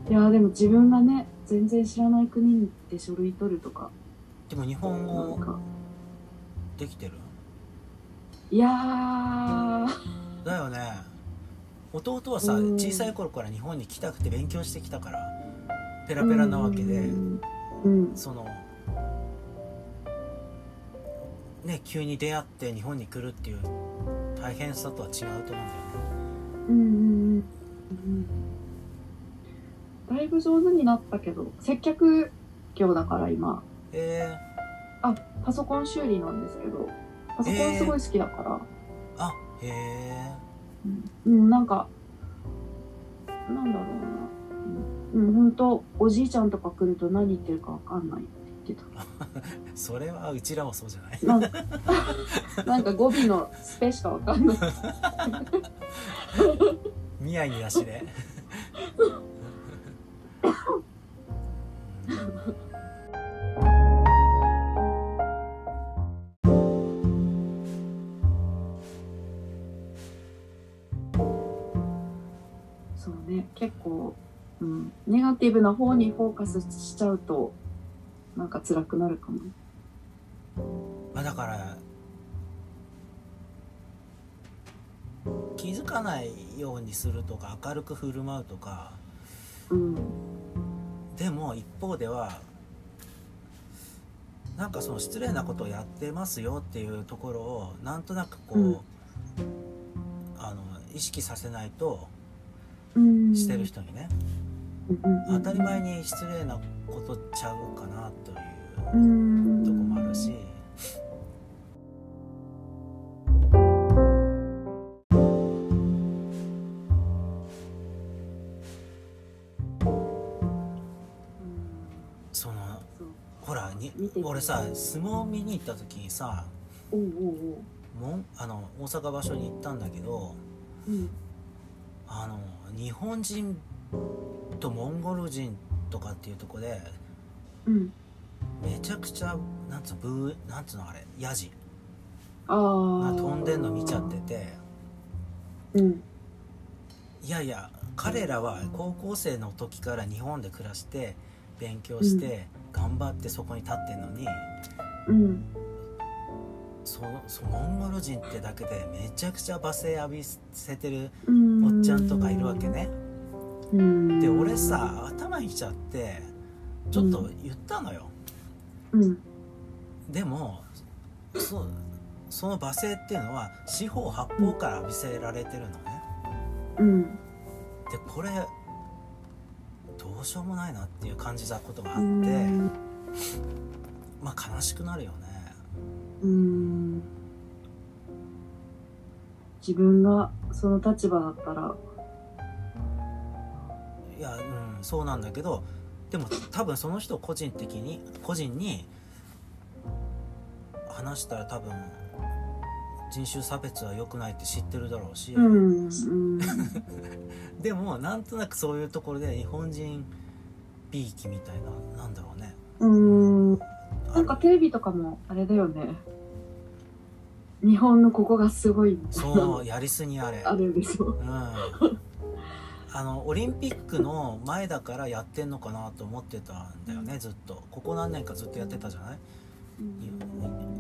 [SPEAKER 2] いやでも自分がね全然知らない国に行って書類取るとか
[SPEAKER 1] でも日本
[SPEAKER 2] なん
[SPEAKER 1] 語
[SPEAKER 2] か
[SPEAKER 1] できてる
[SPEAKER 2] いやー
[SPEAKER 1] だよね弟はさ
[SPEAKER 2] うん
[SPEAKER 1] 小さい頃から日本に来たくて勉強してきたからペラペラなわけで
[SPEAKER 2] うんうん
[SPEAKER 1] そのね急に出会って日本に来るっていう大変さとは違うと思うんだよね
[SPEAKER 2] うんうんうんうんだいぶ上手になったけど接客業だから今
[SPEAKER 1] え
[SPEAKER 2] あパソコン修理なんですけどパソコンすごい好きだから、
[SPEAKER 1] ー、あへえ
[SPEAKER 2] うん、なんか、なんだろうな。うん、本当おじいちゃんとか来ると何言ってるかわかんないって言ってた。
[SPEAKER 1] それはうちらもそうじゃない
[SPEAKER 2] なんかなんか語尾のスペしかわかんない。
[SPEAKER 1] ニヤニヤし ね うん
[SPEAKER 2] そうね、結構、うん、ネガティブな方にフォーカスしちゃうと、なんか辛くなるかも。
[SPEAKER 1] まあだから気づかないようにするとか明るく振る舞うとか
[SPEAKER 2] うん。
[SPEAKER 1] でも一方ではなんかその失礼なことをやってますよっていうところをなんとなくこう、
[SPEAKER 2] うん
[SPEAKER 1] あの意識させないと
[SPEAKER 2] うん。
[SPEAKER 1] してる人にね、
[SPEAKER 2] うんうんうん
[SPEAKER 1] 当たり前に失礼なことちゃうかなと
[SPEAKER 2] う。
[SPEAKER 1] いうんとこもあるし。
[SPEAKER 2] うん。
[SPEAKER 1] その
[SPEAKER 2] そう。
[SPEAKER 1] ほらに
[SPEAKER 2] 見てみ
[SPEAKER 1] 俺さ相撲見に行った時にさ
[SPEAKER 2] おうおうおう。
[SPEAKER 1] もんあの大阪場所に行ったんだけど
[SPEAKER 2] うん。
[SPEAKER 1] あの日本人とモンゴル人とかっていうとこで
[SPEAKER 2] うん。
[SPEAKER 1] めちゃくちゃなんつうのブーなんつうのあれヤジ
[SPEAKER 2] あ
[SPEAKER 1] が
[SPEAKER 2] あ。
[SPEAKER 1] 飛んでんの見ちゃって。て
[SPEAKER 2] うん。
[SPEAKER 1] いやいや彼らは高校生の時から日本で暮らして勉強して頑張ってそこに立ってんのに、
[SPEAKER 2] うん。
[SPEAKER 1] そそモンゴル人ってだけでめちゃくちゃ罵声浴びせてる
[SPEAKER 2] お
[SPEAKER 1] おっちゃんとかいるわけね。で
[SPEAKER 2] で
[SPEAKER 1] 俺さ頭にきちゃってちょっと言ったのよ、
[SPEAKER 2] うん
[SPEAKER 1] でもそその罵声っていうのは四方八方から浴びせられてるのね
[SPEAKER 2] うん
[SPEAKER 1] でこれどうしようもないなっていう感じたことがあ
[SPEAKER 2] う
[SPEAKER 1] って
[SPEAKER 2] ん
[SPEAKER 1] まあ悲しくなるよね
[SPEAKER 2] うん自分がその立場だったら
[SPEAKER 1] いやうんそうなんだけどでも多分その人個人的に個人に話したら多分人種差別は良くないって知ってるだろうし、
[SPEAKER 2] うんうん
[SPEAKER 1] でもなんとなくそういうところで日本人びいきみたいななんだろうね
[SPEAKER 2] うんなんか
[SPEAKER 1] あ
[SPEAKER 2] テレビとかもあれだよね日本のここがすごいみたいな
[SPEAKER 1] そうやりすぎあれ
[SPEAKER 2] あるでしょ
[SPEAKER 1] うんあのオリンピックの前だからやってんのかなと思ってたんだよねずっとここ何年かずっとやってたじゃない、うん、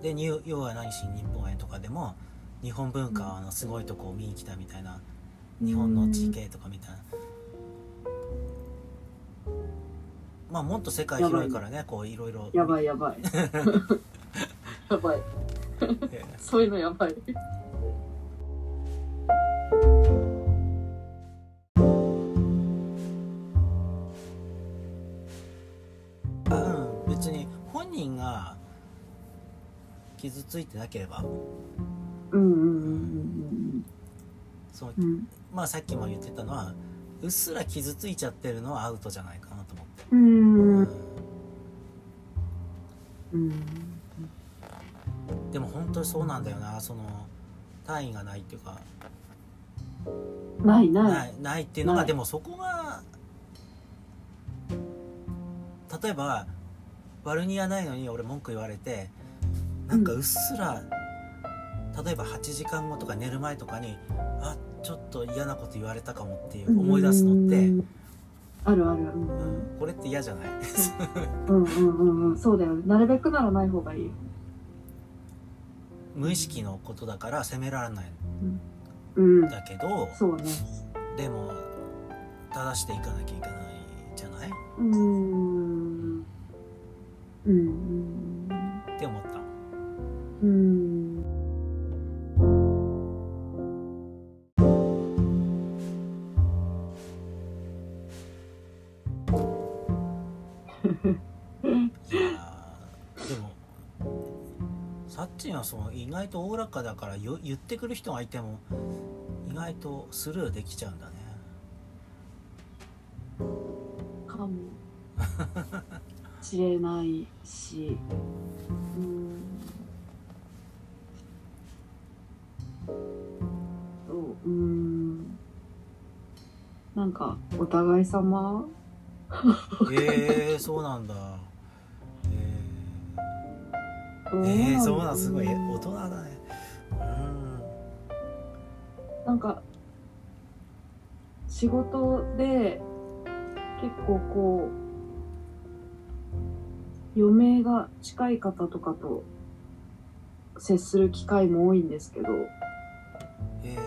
[SPEAKER 1] でニュー要は何しに日本へとかでも日本文化のすごいとこを見に来たみたいな日本の地形とかみたいなまあもっと世界広いからねこういろいろ
[SPEAKER 2] やばい やばいやばい
[SPEAKER 1] えー
[SPEAKER 2] そういうのやばい
[SPEAKER 1] うん別に本人が傷ついてなければ
[SPEAKER 2] うんうんうん
[SPEAKER 1] その
[SPEAKER 2] うんうん
[SPEAKER 1] まあさっきも言ってたのはうっすら傷ついちゃってるのはアウトじゃないかなと思って、
[SPEAKER 2] うんうん
[SPEAKER 1] う
[SPEAKER 2] うん
[SPEAKER 1] んでも本当にそうなんだよなその単位がないっていうか、
[SPEAKER 2] ないな。
[SPEAKER 1] ないいないっていうのが
[SPEAKER 2] ない
[SPEAKER 1] でもそこが例えば悪にはないのに俺文句言われてなんかうっすら、例えば8時間後とか寝る前とかにあちょっと嫌なこと言われたかもっていう思い出すのって、
[SPEAKER 2] うんあるある。うん
[SPEAKER 1] うんこれって嫌じゃない
[SPEAKER 2] うんうんうんうん。そうだよ。なるべくならない方がいいよ。
[SPEAKER 1] 無意識のことだから責められないん
[SPEAKER 2] うん。
[SPEAKER 1] だけど
[SPEAKER 2] そうね。
[SPEAKER 1] でも正していかなきゃいけないじゃないっ
[SPEAKER 2] うーん。うんうん
[SPEAKER 1] て思った。
[SPEAKER 2] うん。うん
[SPEAKER 1] いやーでもさっちんはその意外とおおらかだからよ言ってくる人がいても意外とスルーできちゃうんだね
[SPEAKER 2] かもしれないしうんそううんなんかお互い様
[SPEAKER 1] えー、そうなんだえ
[SPEAKER 2] ど
[SPEAKER 1] ー、
[SPEAKER 2] う
[SPEAKER 1] えー、
[SPEAKER 2] だ
[SPEAKER 1] そ
[SPEAKER 2] ろ
[SPEAKER 1] うなんすごい大人だねうん
[SPEAKER 2] なんか仕事で結構こう余命が近い方とかと接する機会も多いんですけど
[SPEAKER 1] え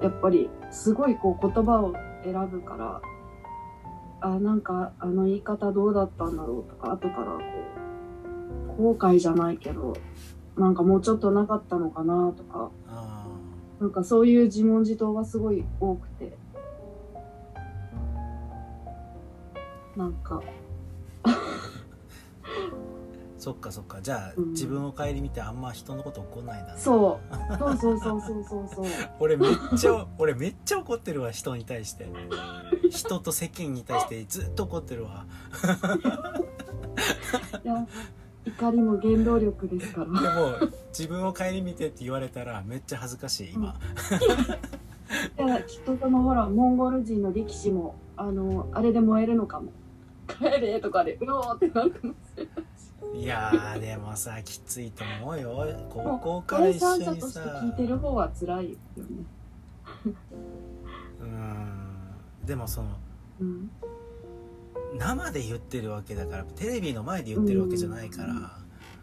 [SPEAKER 1] ー、
[SPEAKER 2] やっぱりすごいこう言葉を選ぶからあなんかあの言い方どうだったんだろうとか後からこう後悔じゃないけどなんかもうちょっとなかったのかなとか
[SPEAKER 1] あ
[SPEAKER 2] なんかそういう自問自答がすごい多くて。なんか、
[SPEAKER 1] ーそっかそっかじゃあ、
[SPEAKER 2] うん
[SPEAKER 1] 自分を顧みてあんま人のこと怒んないんだね
[SPEAKER 2] そうそうそうそうそうそうそう。
[SPEAKER 1] 俺めっちゃ俺めっちゃ怒ってるわ人に対して人と世間に対してずっと怒ってるわ
[SPEAKER 2] いや、怒りも原動力ですから。
[SPEAKER 1] でも自分を顧みてって言われたらめっちゃ恥ずかしい今、
[SPEAKER 2] いや、きっとそのほら、モンゴル人の力士も、あの、あれで燃えるのかも。帰れとかで、うおーってなるかもしれない
[SPEAKER 1] いやーでもさきついと思うよ高校から
[SPEAKER 2] 第
[SPEAKER 1] 一緒
[SPEAKER 2] 三者
[SPEAKER 1] に
[SPEAKER 2] として
[SPEAKER 1] さ
[SPEAKER 2] 聞いてる方は辛いよね。
[SPEAKER 1] うーんでもその
[SPEAKER 2] うん。
[SPEAKER 1] 生で言ってるわけだからテレビの前で言ってるわけじゃないから、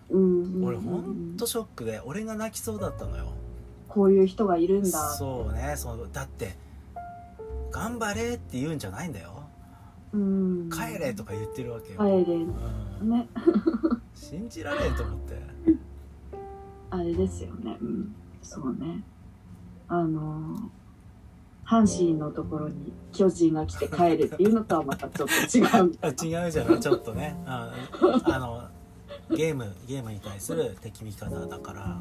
[SPEAKER 2] うんうん。
[SPEAKER 1] 俺
[SPEAKER 2] うん
[SPEAKER 1] ほんとショックで俺が泣きそうだったのよ、
[SPEAKER 2] こういう人がいるんだ。
[SPEAKER 1] そうねそうだって「頑張れ」って言うんじゃないんだよ
[SPEAKER 2] うん。
[SPEAKER 1] 「帰れ」とか言ってるわけよ、
[SPEAKER 2] 帰れ。
[SPEAKER 1] うん、
[SPEAKER 2] ね。
[SPEAKER 1] 信じられんと思って
[SPEAKER 2] あれですよね、うん、そうね。あのー、阪神のところに巨人が来て帰るっていうのとはまたちょっと違う。
[SPEAKER 1] あ違うじゃないちょっとね、うん、あのゲームゲームに対する敵味方だから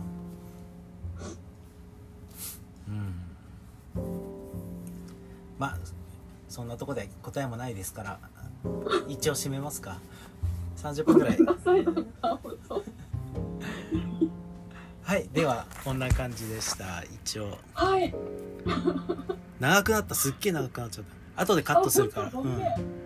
[SPEAKER 1] うんまあそんなとこで答えもないですから一応締めますか30分ぐらい
[SPEAKER 2] そういうのがそう
[SPEAKER 1] はいではこんな感じでした一応
[SPEAKER 2] はい。
[SPEAKER 1] 長くなったすっげえ長くなっちゃった後でカットするから、
[SPEAKER 2] あ
[SPEAKER 1] う
[SPEAKER 2] ほ
[SPEAKER 1] ん
[SPEAKER 2] とごめん